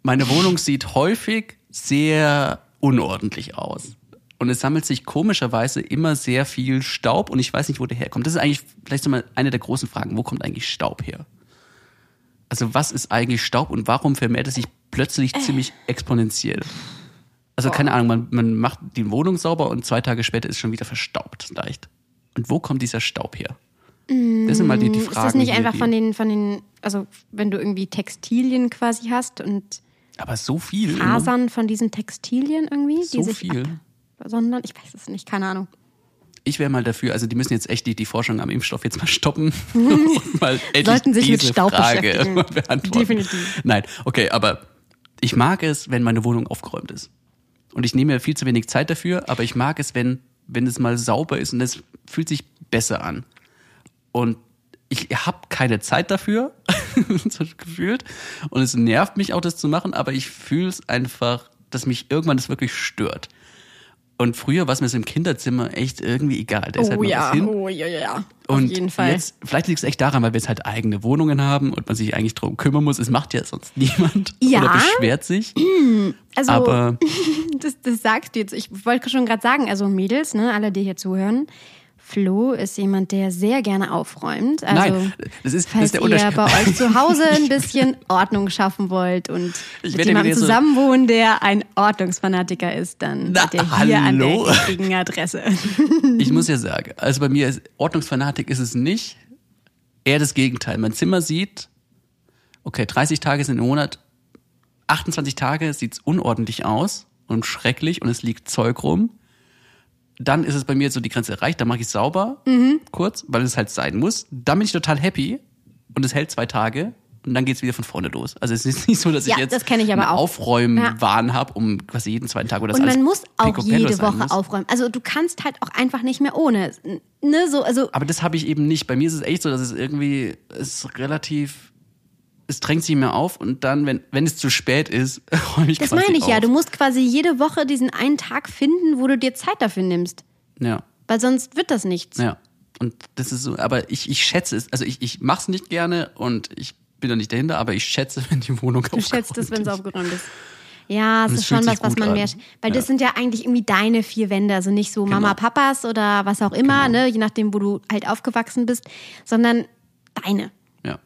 Meine Wohnung sieht häufig sehr unordentlich aus. Und es sammelt sich komischerweise immer sehr viel Staub und ich weiß nicht, wo der herkommt. Das ist eigentlich vielleicht nochmal eine der großen Fragen. Wo kommt eigentlich Staub her? Äh. Also was ist eigentlich Staub und warum vermehrt es sich plötzlich ziemlich exponentiell? Also keine Ahnung, man, man macht die Wohnung sauber und zwei Tage später ist schon wieder verstaubt leicht. Und wo kommt dieser Staub her? Das sind mal die, die Mhm. Fragen. Mm, Ist das nicht hier, einfach die, von den, von den, also wenn du irgendwie Textilien quasi hast und Aber so viel. immer. Fasern von diesen Textilien irgendwie, Genau. So die sich viel. sondern ich weiß es nicht, keine Ahnung. Ich wäre mal dafür, also die müssen jetzt echt die, die Forschung am Impfstoff jetzt mal stoppen und mal endlich Sollten sich mit diese Staub Frage beschäftigen. beantworten. Definitiv. Nein, okay, aber ich mag es, wenn meine Wohnung aufgeräumt ist. Und ich nehme mir viel zu wenig Zeit dafür, aber ich mag es, wenn, wenn es mal sauber ist und es fühlt sich besser an. Und ich habe keine Zeit dafür, so gefühlt. Und es nervt mich auch, das zu machen, aber ich fühle es einfach, dass mich irgendwann das wirklich stört. Und früher war es mir so im Kinderzimmer echt irgendwie egal. Da ist halt oh mal ja, was hin. oh ja, ja, ja. Und Auf jeden Fall. Jetzt, vielleicht liegt es echt daran, weil wir jetzt halt eigene Wohnungen haben und man sich eigentlich drum kümmern muss. Es macht ja sonst niemand. Ja. Oder beschwert sich. also, Aber das, das sagst du jetzt. Ich wollte schon gerade sagen, also Mädels, ne, alle, die hier zuhören, Flo ist jemand, der sehr gerne aufräumt. Also, nein, das ist, das Falls ist der ihr Unterschied. bei euch zu Hause ein bisschen Ordnung schaffen wollt und Ich mit wette, jemandem wenn ihr so- zusammenwohnen, der ein Ordnungsfanatiker ist, dann Na, seid ihr hier hallo? an der richtigen Adresse. Ich muss ja sagen, also bei mir ist Ordnungsfanatik ist es nicht. Eher das Gegenteil. Mein Zimmer sieht, okay, 30 Tage sind im Monat, 28 Tage sieht's unordentlich aus und schrecklich und es liegt Zeug rum. Dann ist es bei mir so die Grenze erreicht, dann mache ich sauber, kurz, weil es halt sein muss. Dann bin ich total happy und es hält zwei Tage und dann geht's wieder von vorne los. Also es ist nicht so, dass Ja, ich jetzt das kenn ich aber einen auch. Aufräumen-Wahn habe, um quasi jeden zweiten Tag oder das Und alles man muss auch picobello jede sein Woche muss. aufräumen. Also du kannst halt auch einfach nicht mehr ohne. Ne, so, also Aber das habe ich eben nicht. Bei mir ist es echt so, dass es irgendwie es ist relativ es drängt sich mir auf und dann, wenn, wenn es zu spät ist, räume ich das quasi meine ich auf. ja. Du musst quasi jede Woche diesen einen Tag finden, wo du dir Zeit dafür nimmst. Ja, Weil sonst wird das nichts. ja. Und das ist so, aber ich, ich schätze es. Also ich, ich mache es nicht gerne und ich bin da nicht dahinter, aber ich schätze, wenn die Wohnung Du schätzt es, wenn es ist. aufgeräumt ist. Ja, es Und ist es fühlt schon was, sich was gut man an. mehr. Weil Ja. das sind ja eigentlich irgendwie deine vier Wände, also nicht so Mama, Genau. Papas oder was auch immer, ne, je nachdem, wo du halt aufgewachsen bist, sondern deine. Ja.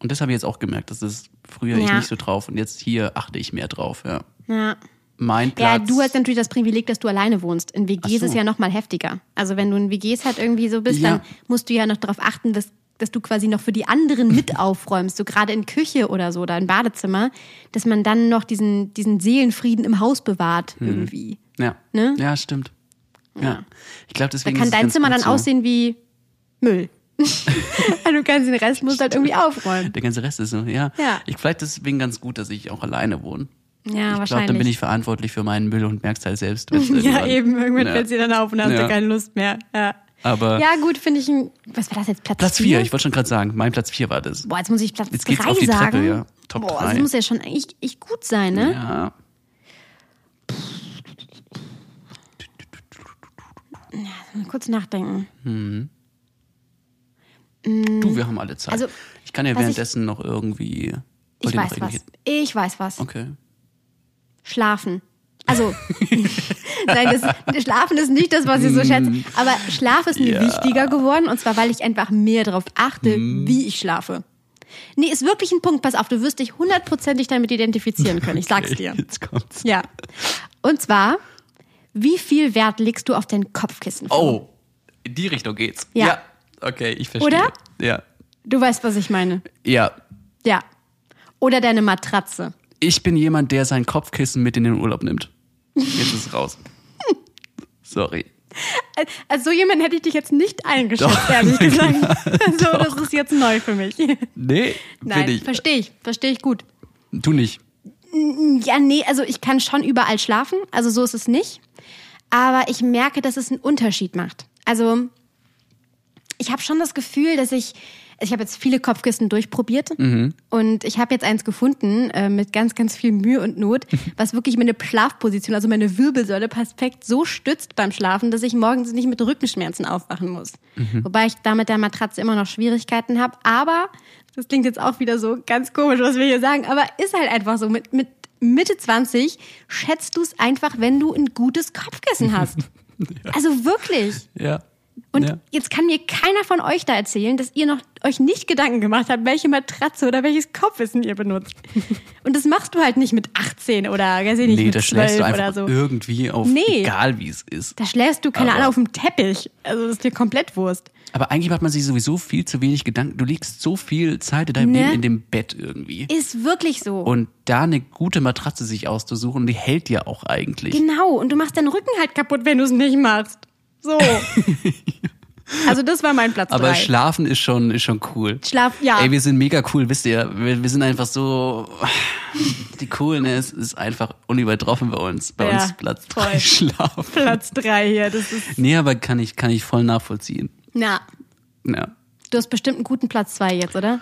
Und das habe ich jetzt auch gemerkt. Das ist früher ich Ja. nicht so drauf und jetzt hier achte ich mehr drauf. Ja. Ja. Mein ja, Platz. du hast natürlich das Privileg, dass du alleine wohnst. In WGs Ach so. ist ja noch mal heftiger. Also wenn du in WGs halt irgendwie so bist, Ja. dann musst du ja noch darauf achten, dass, dass du quasi noch für die anderen mit aufräumst, so gerade in Küche oder so oder in Badezimmer, dass man dann noch diesen, diesen Seelenfrieden im Haus bewahrt Hm. irgendwie. ja. Ne? ja, stimmt. Ja. Ich glaube, Da deswegen ist kann es dein ganz Zimmer gut dann so. aussehen wie Müll. Also du kannst den Rest musst halt irgendwie aufräumen. Der ganze Rest ist so, ja. Ja. Ich vielleicht deswegen ganz gut, dass ich auch alleine wohne. Ja, ich glaube, wahrscheinlich. dann bin ich verantwortlich für meinen Müll und merk's halt selbst. wenn's ja, irgendwann- eben, irgendwann Ja. fällt sie dann auf und hast Ja. du keine Lust mehr. Ja, Aber ja gut, finde ich ein. Was war das jetzt? Platz, Platz vier? 4, ich wollte schon gerade sagen, mein Platz 4 war das. Boah, jetzt muss ich Platz Jetzt geht's drei auf die sagen. Treppe, ja. Top Boah, drei. das muss ja schon eigentlich echt gut sein, ne? Ja. Mal Kurz nachdenken. Du, wir haben alle Zeit. Also, ich kann ja was ich- währenddessen noch irgendwie. Ich wollt ihr noch weiß was. irgendwie- Ich weiß was. Okay. Schlafen. Also, nein, das, Schlafen ist nicht das, was ich so schätze. Aber Schlaf ist mir Mm. Ja. wichtiger geworden und zwar, weil ich einfach mehr darauf achte, Mm. wie ich schlafe. Nee, ist wirklich ein Punkt. Pass auf, du wirst dich hundertprozentig damit identifizieren können. Ich sag's dir. Jetzt kommt's. Ja. Und zwar, wie viel Wert legst du auf dein Kopfkissen? Oh, in die Richtung geht's. Ja. Okay, ich verstehe. Oder? Ja. Du weißt, was ich meine. Ja. Ja. Oder deine Matratze. Ich bin jemand, der sein Kopfkissen mit in den Urlaub nimmt. Jetzt ist es raus. Sorry. Also so jemand hätte ich dich jetzt nicht eingeschätzt, Doch. genau. ehrlich gesagt. Also das ist jetzt neu für mich. Nee, Nein, bin ich. äh, verstehe ich, verstehe ich gut. Du nicht. Ja, nee, also ich kann schon überall schlafen, also so ist es nicht. Aber ich merke, dass es einen Unterschied macht. Also ich habe schon das Gefühl, dass ich, also ich habe jetzt viele Kopfkissen durchprobiert und ich habe jetzt eins gefunden äh, mit ganz, ganz viel Mühe und Not, was wirklich meine Schlafposition, also meine Wirbelsäule perfekt so stützt beim Schlafen, dass ich morgens nicht mit Rückenschmerzen aufwachen muss. Wobei ich da mit der Matratze immer noch Schwierigkeiten habe, aber das klingt jetzt auch wieder so ganz komisch, was wir hier sagen, aber ist halt einfach so, mit, mit Mitte 20 schätzt du es einfach, wenn du ein gutes Kopfkissen hast. Also wirklich Ja. Und Ja. jetzt kann mir keiner von euch da erzählen, dass ihr noch euch nicht Gedanken gemacht habt, welche Matratze oder welches Kopfwissen ihr benutzt. Und das machst du halt nicht mit 18 oder, weiß ich nicht, Nee, mit das 12 schlägst du oder einfach so. irgendwie auf, Nee. egal wie es ist. Da schläfst du, keine Aber- Ahnung, auf dem Teppich. Also das ist dir komplett Wurst. Aber eigentlich macht man sich sowieso viel zu wenig Gedanken. Du liegst so viel Zeit in deinem Ne? Leben in dem Bett irgendwie. Ist wirklich so. Und da eine gute Matratze sich auszusuchen, die hält dir auch eigentlich. Genau, und du machst deinen Rücken halt kaputt, wenn du es nicht machst. So. also das war mein Platz Aber drei. Schlafen ist schon, ist schon cool. Schlaf- ja. Ey, wir sind mega cool, wisst ihr. Wir, wir sind einfach so. Die Coolness ist einfach unübertroffen bei uns. Bei Ja, uns Platz drei voll. Schlaf. Platz drei hier, das ist... Nee, aber kann ich, kann ich voll nachvollziehen. Na, Ja. du hast bestimmt einen guten Platz zwei jetzt, oder?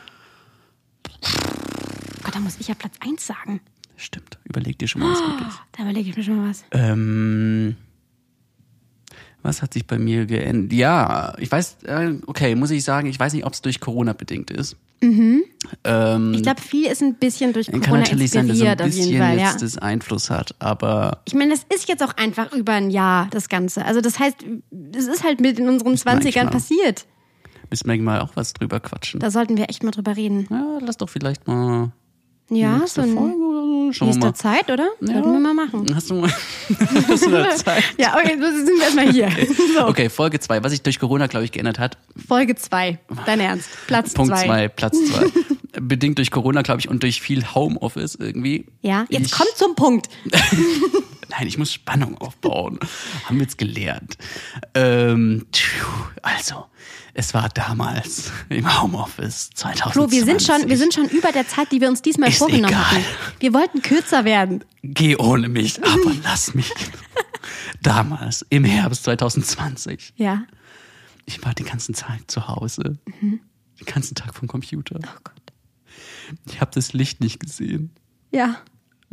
Gott, da muss ich ja Platz eins sagen. Stimmt. Überleg dir schon mal was Gutes. Oh, Da überlege ich mir schon mal was. Ähm, was hat sich bei mir geändert? Ja, ich weiß, äh, okay, muss ich sagen, ich weiß nicht, ob es durch Corona bedingt ist. Ähm, Ich glaube, viel ist ein bisschen durch dann kann Mhm. Corona natürlich sein, dass so ein inspiriert auf jeden bisschen Fall, ja. jetzt das Einfluss hat, aber Ich meine, das ist jetzt auch einfach über ein Jahr, das Ganze. Also das heißt, es ist halt mit in unseren 20ern mal. passiert. müssen wir mal auch was drüber quatschen. Da sollten wir echt mal drüber reden. ja, lass doch vielleicht mal Ja, so nächste in Folge oder so. Schauen wir nächster mal. Zeit, oder? Sollten wir mal machen. Hast du mal, hast du mal Zeit? Ja, okay, so sind wir erstmal hier. So, Okay, Folge 2, was sich durch Corona, glaube ich, geändert hat. Folge 2. Dein Ernst. Platz 2. Punkt 2, Platz 2. Bedingt durch Corona, glaube ich, und durch viel Homeoffice irgendwie. Ja, jetzt Ich- kommt zum Punkt. Nein, ich muss Spannung aufbauen. Haben wir jetzt gelernt. Ähm, phew, also, es war damals im Homeoffice 2020. Flo, wir sind, schon, wir sind schon über der Zeit, die wir uns diesmal Ist vorgenommen egal. hatten. Wir wollten kürzer werden. Geh ohne mich, aber lass mich. Damals, im Herbst 2020. Ja. Ich war die ganze Zeit zu Hause. Mhm. Den ganzen Tag vom Computer. Oh Gott. Ich habe das Licht nicht gesehen. Ja.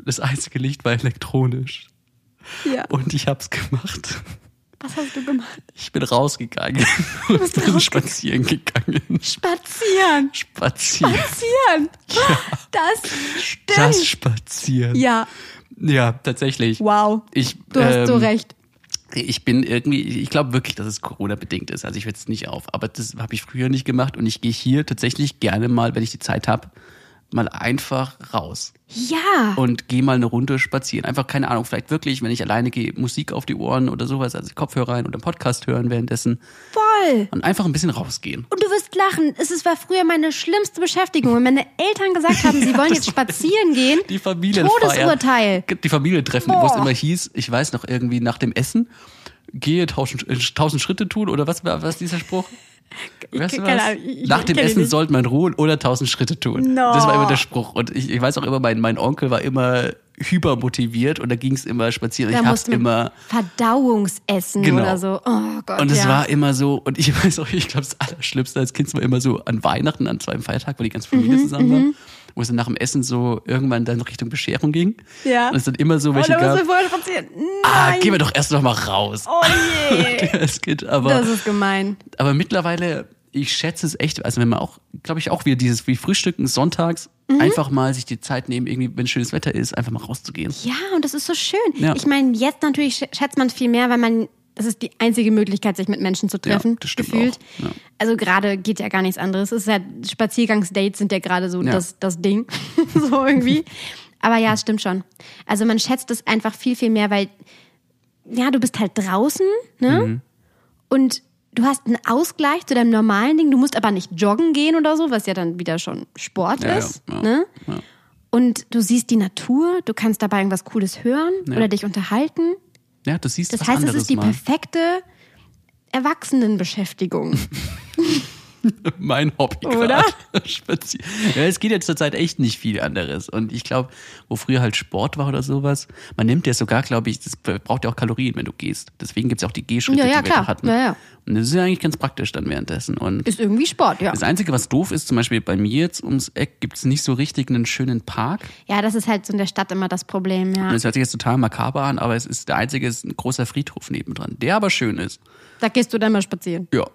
Das einzige Licht war elektronisch. Ja. Und ich hab's gemacht. Was hast du gemacht? Ich bin rausgegangen und bist bin spazieren gegangen. Spazieren. Spazieren. Spazieren. Das stimmt. Das Spazieren. ja. Ja, tatsächlich. Wow. Ich, Du hast so ähm, recht. Ich bin irgendwie, ich glaube wirklich, dass es Corona-bedingt ist. Also ich würde es nicht auf. Aber das habe ich früher nicht gemacht und ich gehe hier tatsächlich gerne mal, wenn ich die Zeit habe, mal einfach raus Ja. und gehe mal eine Runde spazieren. Einfach, keine Ahnung, vielleicht wirklich, wenn ich alleine gehe, Musik auf die Ohren oder sowas, also Kopfhörer rein oder einen Podcast hören währenddessen Voll. und einfach ein bisschen rausgehen. Und du wirst lachen. Es ist- war früher meine schlimmste Beschäftigung. Wenn meine Eltern gesagt haben, sie wollen jetzt spazieren gehen. Die Familienfeier. Todesurteil. Die Familie treffen, wo es Boah. immer hieß, ich weiß noch irgendwie nach dem Essen, gehe tausend, äh, tausend Schritte tun oder was war was dieser Spruch? Weißt du keine was? Ahnung, ich- ich nach dem kenn ihn Essen nicht. sollte man ruhen oder tausend Schritte tun. No. Das war immer der Spruch. Und ich, ich weiß auch immer, mein, mein Onkel war immer hypermotiviert und da ging es immer spazieren. Da ich hab's musste man immer. Verdauungsessen Genau. oder so. Oh Gott. Und es ja. war immer so, und ich weiß auch, ich glaube, das Allerschlimmste als Kind war immer so an Weihnachten, an zweiten Feiertag, wo die ganze Mhm, Familie zusammen war, wo es dann nach dem Essen so irgendwann dann Richtung Bescherung ging. Ja. Und es dann immer so welche oh, da musst gab. du vorher spazieren. Nein. Ah, gehen wir doch erst noch mal raus. Oh je. Als Kind, aber, Das ist gemein. aber mittlerweile, ich schätze es echt, also wenn man auch, glaube ich, auch wieder dieses wie Frühstücken sonntags, Mhm. einfach mal sich die Zeit nehmen, irgendwie, wenn schönes Wetter ist, einfach mal rauszugehen. Ja, und das ist so schön. Ja. Ich meine, jetzt natürlich sch- schätzt man es viel mehr, weil man, das ist die einzige Möglichkeit, sich mit Menschen zu treffen, das stimmt gefühlt. auch, ja. Also gerade geht ja gar nichts anderes. Es ist ja, Spaziergangsdates sind ja gerade so Ja. das, das Ding. so irgendwie. Aber ja, es stimmt schon. Also man schätzt es einfach viel, viel mehr, weil, ja, du bist halt draußen, ne? Mhm. Und du hast einen Ausgleich zu deinem normalen Ding. Du musst aber nicht joggen gehen oder so, was ja dann wieder schon Sport Ja, ja, ist, ja, ne? ja. Und du siehst die Natur, du kannst dabei irgendwas Cooles hören Ja. oder dich unterhalten. Ja, du siehst Das was heißt, es anderes ist die mal. perfekte Erwachsenenbeschäftigung. mein Hobby Oder? grad. Spazier- ja, es geht jetzt zurzeit echt nicht viel anderes. Und ich glaube, wo früher halt Sport war oder sowas, man nimmt ja sogar, glaube ich, das braucht ja auch Kalorien, wenn du gehst. Deswegen gibt's ja auch die Gehschritte, Ja, ja, die wir klar. da hatten. Ja, ja. Genau. Und das ist ja eigentlich ganz praktisch dann währenddessen. Und Ist irgendwie Sport, ja. das Einzige, was doof ist, zum Beispiel bei mir jetzt ums Eck, gibt's nicht so richtig einen schönen Park. Ja, das ist halt so in der Stadt immer das Problem, Und ja. es hört sich jetzt total makaber an, aber es ist der einzige ist ein großer Friedhof nebendran, der aber schön ist. Da gehst du dann mal spazieren. Ja.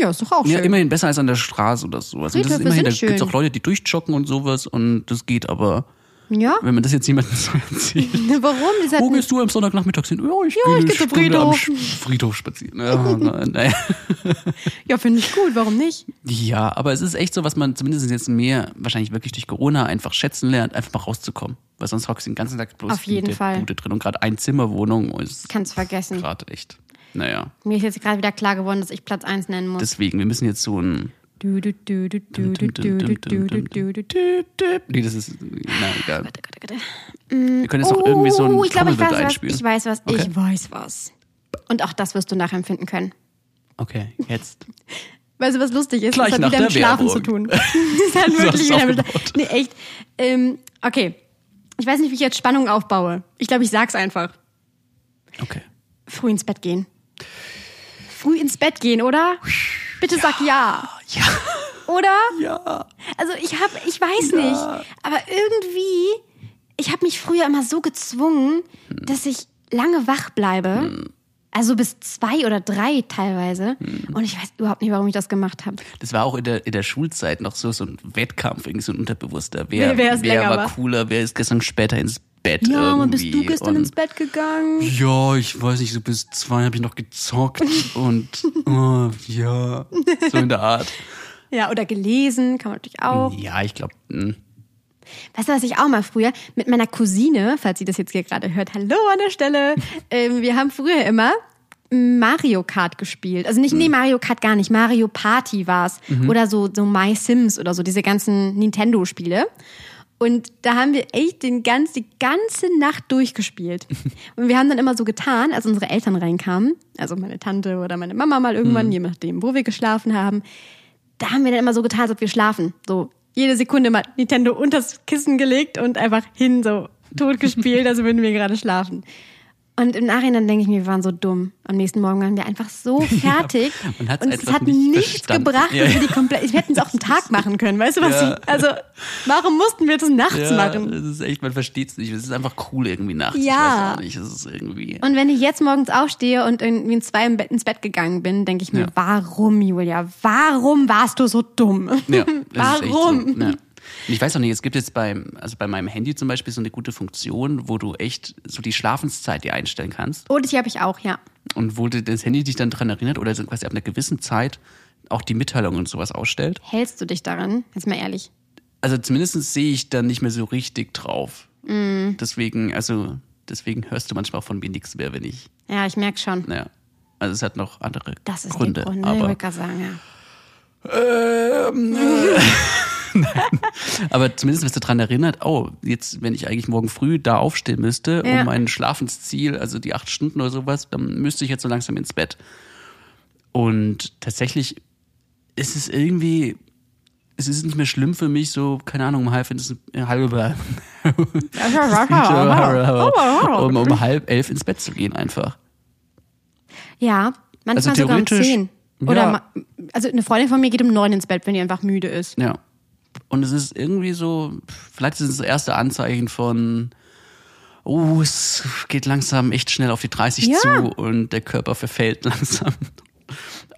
Ja, ist doch auch Ja, schön. immerhin besser als an der Straße oder sowas. Und das ist Friedhöfe immerhin, da sind gibt's schön. auch Leute, die durchjoggen und sowas und das geht aber. Ja. Wenn man das jetzt niemandem so erzählt. Warum? Das hat Wo gehst du am Sonntagnachmittag hin? Ja, ich ich geh gehe zum am Friedhof. Sch- Friedhof spazieren. Ja, nein, nein. ja, finde ich gut. Warum nicht? ja, aber es ist echt so, was man zumindest jetzt mehr wahrscheinlich wirklich durch Corona einfach schätzen lernt, einfach mal rauszukommen. Weil sonst hockst du den ganzen Tag bloß Auf jeden in der Fall. Bude drin und gerade Einzimmerwohnung ist Kannst vergessen. gerade echt. Naja, Mir ist jetzt gerade wieder klar geworden, dass ich Platz 1 nennen muss. deswegen, wir müssen jetzt so ein. Du, du, du, du, du, du, du, du, du, du, du, du. Nee, das ist. Na, egal. Wir können jetzt noch irgendwie so ein Oh, ich glaube, ich weiß Trommelwirbel was. einspielen. Ich weiß was. Okay. Ich weiß was. Und auch das wirst du nachempfinden können. Okay, jetzt. Weißt du, was lustig ist? Gleich das hat nach wieder der mit Schlafen zu Werbung. tun. Das hat hast wirklich es wieder mit aufgebaut. Nee, echt. Ähm, okay. Ich weiß nicht, wie ich jetzt Spannung aufbaue. Ich glaube, ich sag's einfach. Okay. Früh ins Bett gehen. Früh ins Bett gehen, oder? Bitte sag ja. Ja. Oder? Ja. Also ich habe, ich weiß nicht, aber irgendwie, ich habe mich früher immer so gezwungen, dass ich lange wach bleibe. Also bis zwei oder drei teilweise. Hm. Und ich weiß überhaupt nicht, warum ich das gemacht habe. Das war auch in der, in der Schulzeit noch so, so ein Wettkampf, irgendwie so ein unterbewusster. Wer, Wer- wer ist länger war wach? cooler, wer ist gestern später ins Bett irgendwie. und Bett gegangen? Ja, ich weiß nicht, so bis zwei habe ich noch gezockt und oh, ja, so in der Art. Ja, oder gelesen, kann man natürlich auch. Ja, ich hm. glaube, Weißt du, was ich auch mal früher mit meiner Cousine, falls sie das jetzt hier gerade hört, hallo an der Stelle. ähm, wir haben früher immer Mario Kart gespielt. Also nicht, nee, Mario Kart gar nicht. Mario Party war's Oder so, so My Sims oder so, diese ganzen Nintendo-Spiele. Und da haben wir echt den ganz, die ganze Nacht durchgespielt. Und wir haben dann immer so getan, als unsere Eltern reinkamen, also meine Tante oder meine Mama mal irgendwann, je nachdem, wo wir geschlafen haben, da haben wir dann immer so getan, als ob wir schlafen. So jede Sekunde mal Nintendo unters Kissen gelegt und einfach hin, so tot gespielt, als würden wir gerade schlafen. Und im Nachhinein denke ich mir, wir waren so dumm. Am nächsten Morgen waren wir einfach so fertig. man hat's und es einfach hat nicht nichts verstanden. gebracht. Ja, dass ja. Wir, die komplett, wir hätten es auch einen Tag machen können, weißt du was? Ja. Ich, also, warum mussten wir das nachts ja, machen? das ist echt, man versteht's nicht. Es ist einfach cool irgendwie nachts. Ja. Ich weiß auch nicht, es ist irgendwie. Und wenn ich jetzt morgens aufstehe und irgendwie in zwei im Bett, ins Bett gegangen bin, denke ich mir, Ja. warum, Julia? Warum warst du so dumm? Ja, das ist echt warum? So, ja. Und ich weiß auch nicht, es gibt jetzt beim, also bei meinem Handy zum Beispiel so eine gute Funktion, wo du echt so die Schlafenszeit dir einstellen kannst Oh, das habe ich auch, ja. und wo dir das Handy dich dann dran erinnert oder so quasi ab einer gewissen Zeit auch die Mitteilung und sowas ausstellt. Hältst du dich daran? Jetzt mal ehrlich. Also zumindest sehe ich dann nicht mehr so richtig drauf. Mhm. Deswegen, also deswegen hörst du manchmal auch von mir nichts mehr, wenn ich, Ja, ich merke schon. naja. Also es hat noch andere Das ist Gründe. der Grund, aber, würde ich gerade sagen, ja. Ähm, äh. Nein. Aber zumindest wirst du daran erinnert, oh, jetzt, wenn ich eigentlich morgen früh da aufstehen müsste, Ja. um mein Schlafensziel, also die acht Stunden oder sowas, dann müsste ich jetzt so langsam ins Bett. Und tatsächlich ist es irgendwie, es ist nicht mehr schlimm für mich, so, keine Ahnung, um halb, ins, äh, halbe, um, um halb elf ins Bett zu gehen einfach. Ja, manchmal Also sogar um theoretisch, zehn. ja. Oder ma- also eine Freundin von mir geht um neun ins Bett, wenn die einfach müde ist. Ja. Und es ist irgendwie so, vielleicht sind es das erste Anzeichen von, oh, es geht langsam echt schnell auf die 30 Ja. zu und der Körper verfällt langsam.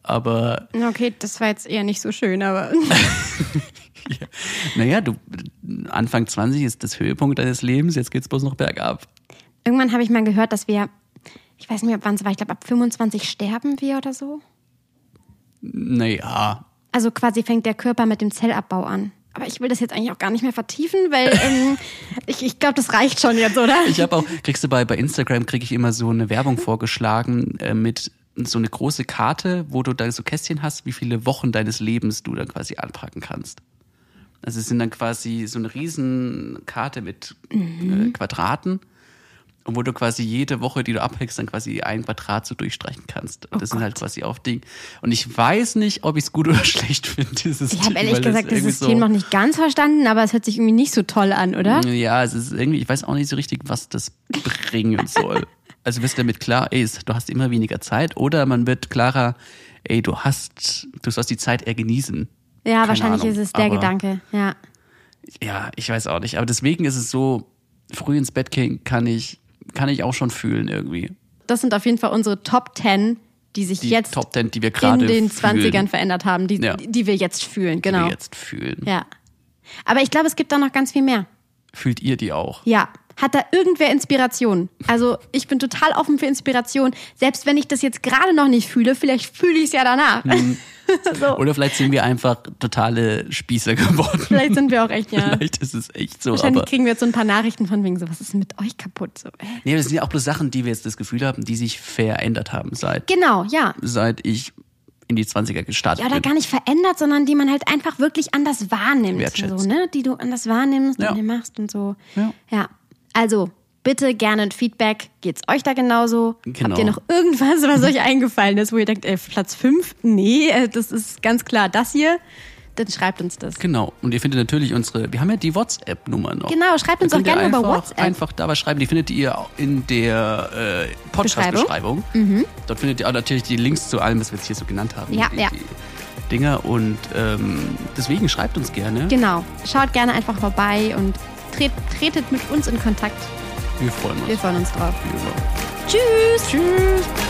Aber Na, Okay, das war jetzt eher nicht so schön, aber naja, du Anfang 20 ist das Höhepunkt deines Lebens, jetzt geht's bloß noch bergab. irgendwann habe ich mal gehört, dass wir, ich weiß nicht, ab wann es war, ich glaube ab 25 sterben wir oder so. Naja. Also quasi fängt der Körper mit dem Zellabbau an. Aber ich will das jetzt eigentlich auch gar nicht mehr vertiefen, weil ähm, ich, ich glaube, das reicht schon jetzt, oder? Ich habe auch, kriegst du bei, bei Instagram, kriege ich immer so eine Werbung vorgeschlagen äh, mit so eine große Karte, wo du da so Kästchen hast, wie viele Wochen deines Lebens du dann quasi anpacken kannst. Also es sind dann quasi so eine riesen Karte mit Mhm. äh, Quadraten. Und wo du quasi jede Woche, die du abhängst, dann quasi ein Quadrat so durchstreichen kannst. Oh Und das sind halt quasi auch Dinge. Und ich weiß nicht, ob ich es gut oder schlecht finde, dieses Ich habe Ding, ehrlich weil das gesagt das irgendwie System noch nicht ganz verstanden, aber es hört sich irgendwie nicht so toll an, oder? Ja, es ist irgendwie, ich weiß auch nicht so richtig, was das bringen soll. Also wirst du damit klar, ey, es- du hast immer weniger Zeit oder man wird klarer, ey, du hast, du sollst die Zeit eher genießen. Ja, Keine wahrscheinlich Ahnung, ist es der aber- Gedanke. Ja. Ja, ich weiß auch nicht. Aber deswegen ist es so, früh ins Bett gehen kann ich, kann ich auch schon fühlen irgendwie. Das sind auf jeden Fall unsere Top 10, die sich Die jetzt Top Ten, die wir gerade in den 20ern fühlen, verändert haben, die, Ja. die wir jetzt fühlen, die genau. wir jetzt fühlen. Ja. Aber ich glaube, es gibt da noch ganz viel mehr. Fühlt ihr die auch? Ja. Hat da irgendwer Inspiration? Also ich bin total offen für Inspiration. Selbst wenn ich das jetzt gerade noch nicht fühle, vielleicht fühle ich es ja danach. so. Oder vielleicht sind wir einfach totale Spießer geworden. Vielleicht sind wir auch echt, ja. Vielleicht ist es echt so. Wahrscheinlich Aber, kriegen wir jetzt so ein paar Nachrichten von wegen so, was ist denn mit euch kaputt? So, äh. nee, das sind ja auch bloß Sachen, die wir jetzt das Gefühl haben, die sich verändert haben seit, Genau, ja. seit ich in die 20er gestartet Ja, oder bin. gar nicht verändert, sondern die man halt einfach wirklich anders wahrnimmt. Wertschätzt. So, ne? Die du anders wahrnimmst Ja. und dir machst und so. Ja. Also, bitte gerne ein Feedback. Geht's euch da genauso? Genau. Habt ihr noch irgendwas, was euch eingefallen ist, wo ihr denkt, ey, Platz 5? Nee, äh, das ist ganz klar das hier. Dann schreibt uns das. Genau. Und ihr findet natürlich unsere, wir haben ja die WhatsApp-Nummer noch. Genau, schreibt uns Da auch könnt ihr gerne über einfach, WhatsApp. Einfach dabei schreiben, die findet ihr auch in der äh, Podcast-Beschreibung. Dort findet ihr auch natürlich die Links zu allem, was wir jetzt hier so genannt haben. Mhm. Ja, die, ja. Die Dinger und ähm, deswegen schreibt uns gerne. Genau. Schaut gerne einfach vorbei und tret, tretet mit uns in Kontakt. Wir freuen uns. Wir freuen uns drauf. Genau. Tschüss. Tschüss.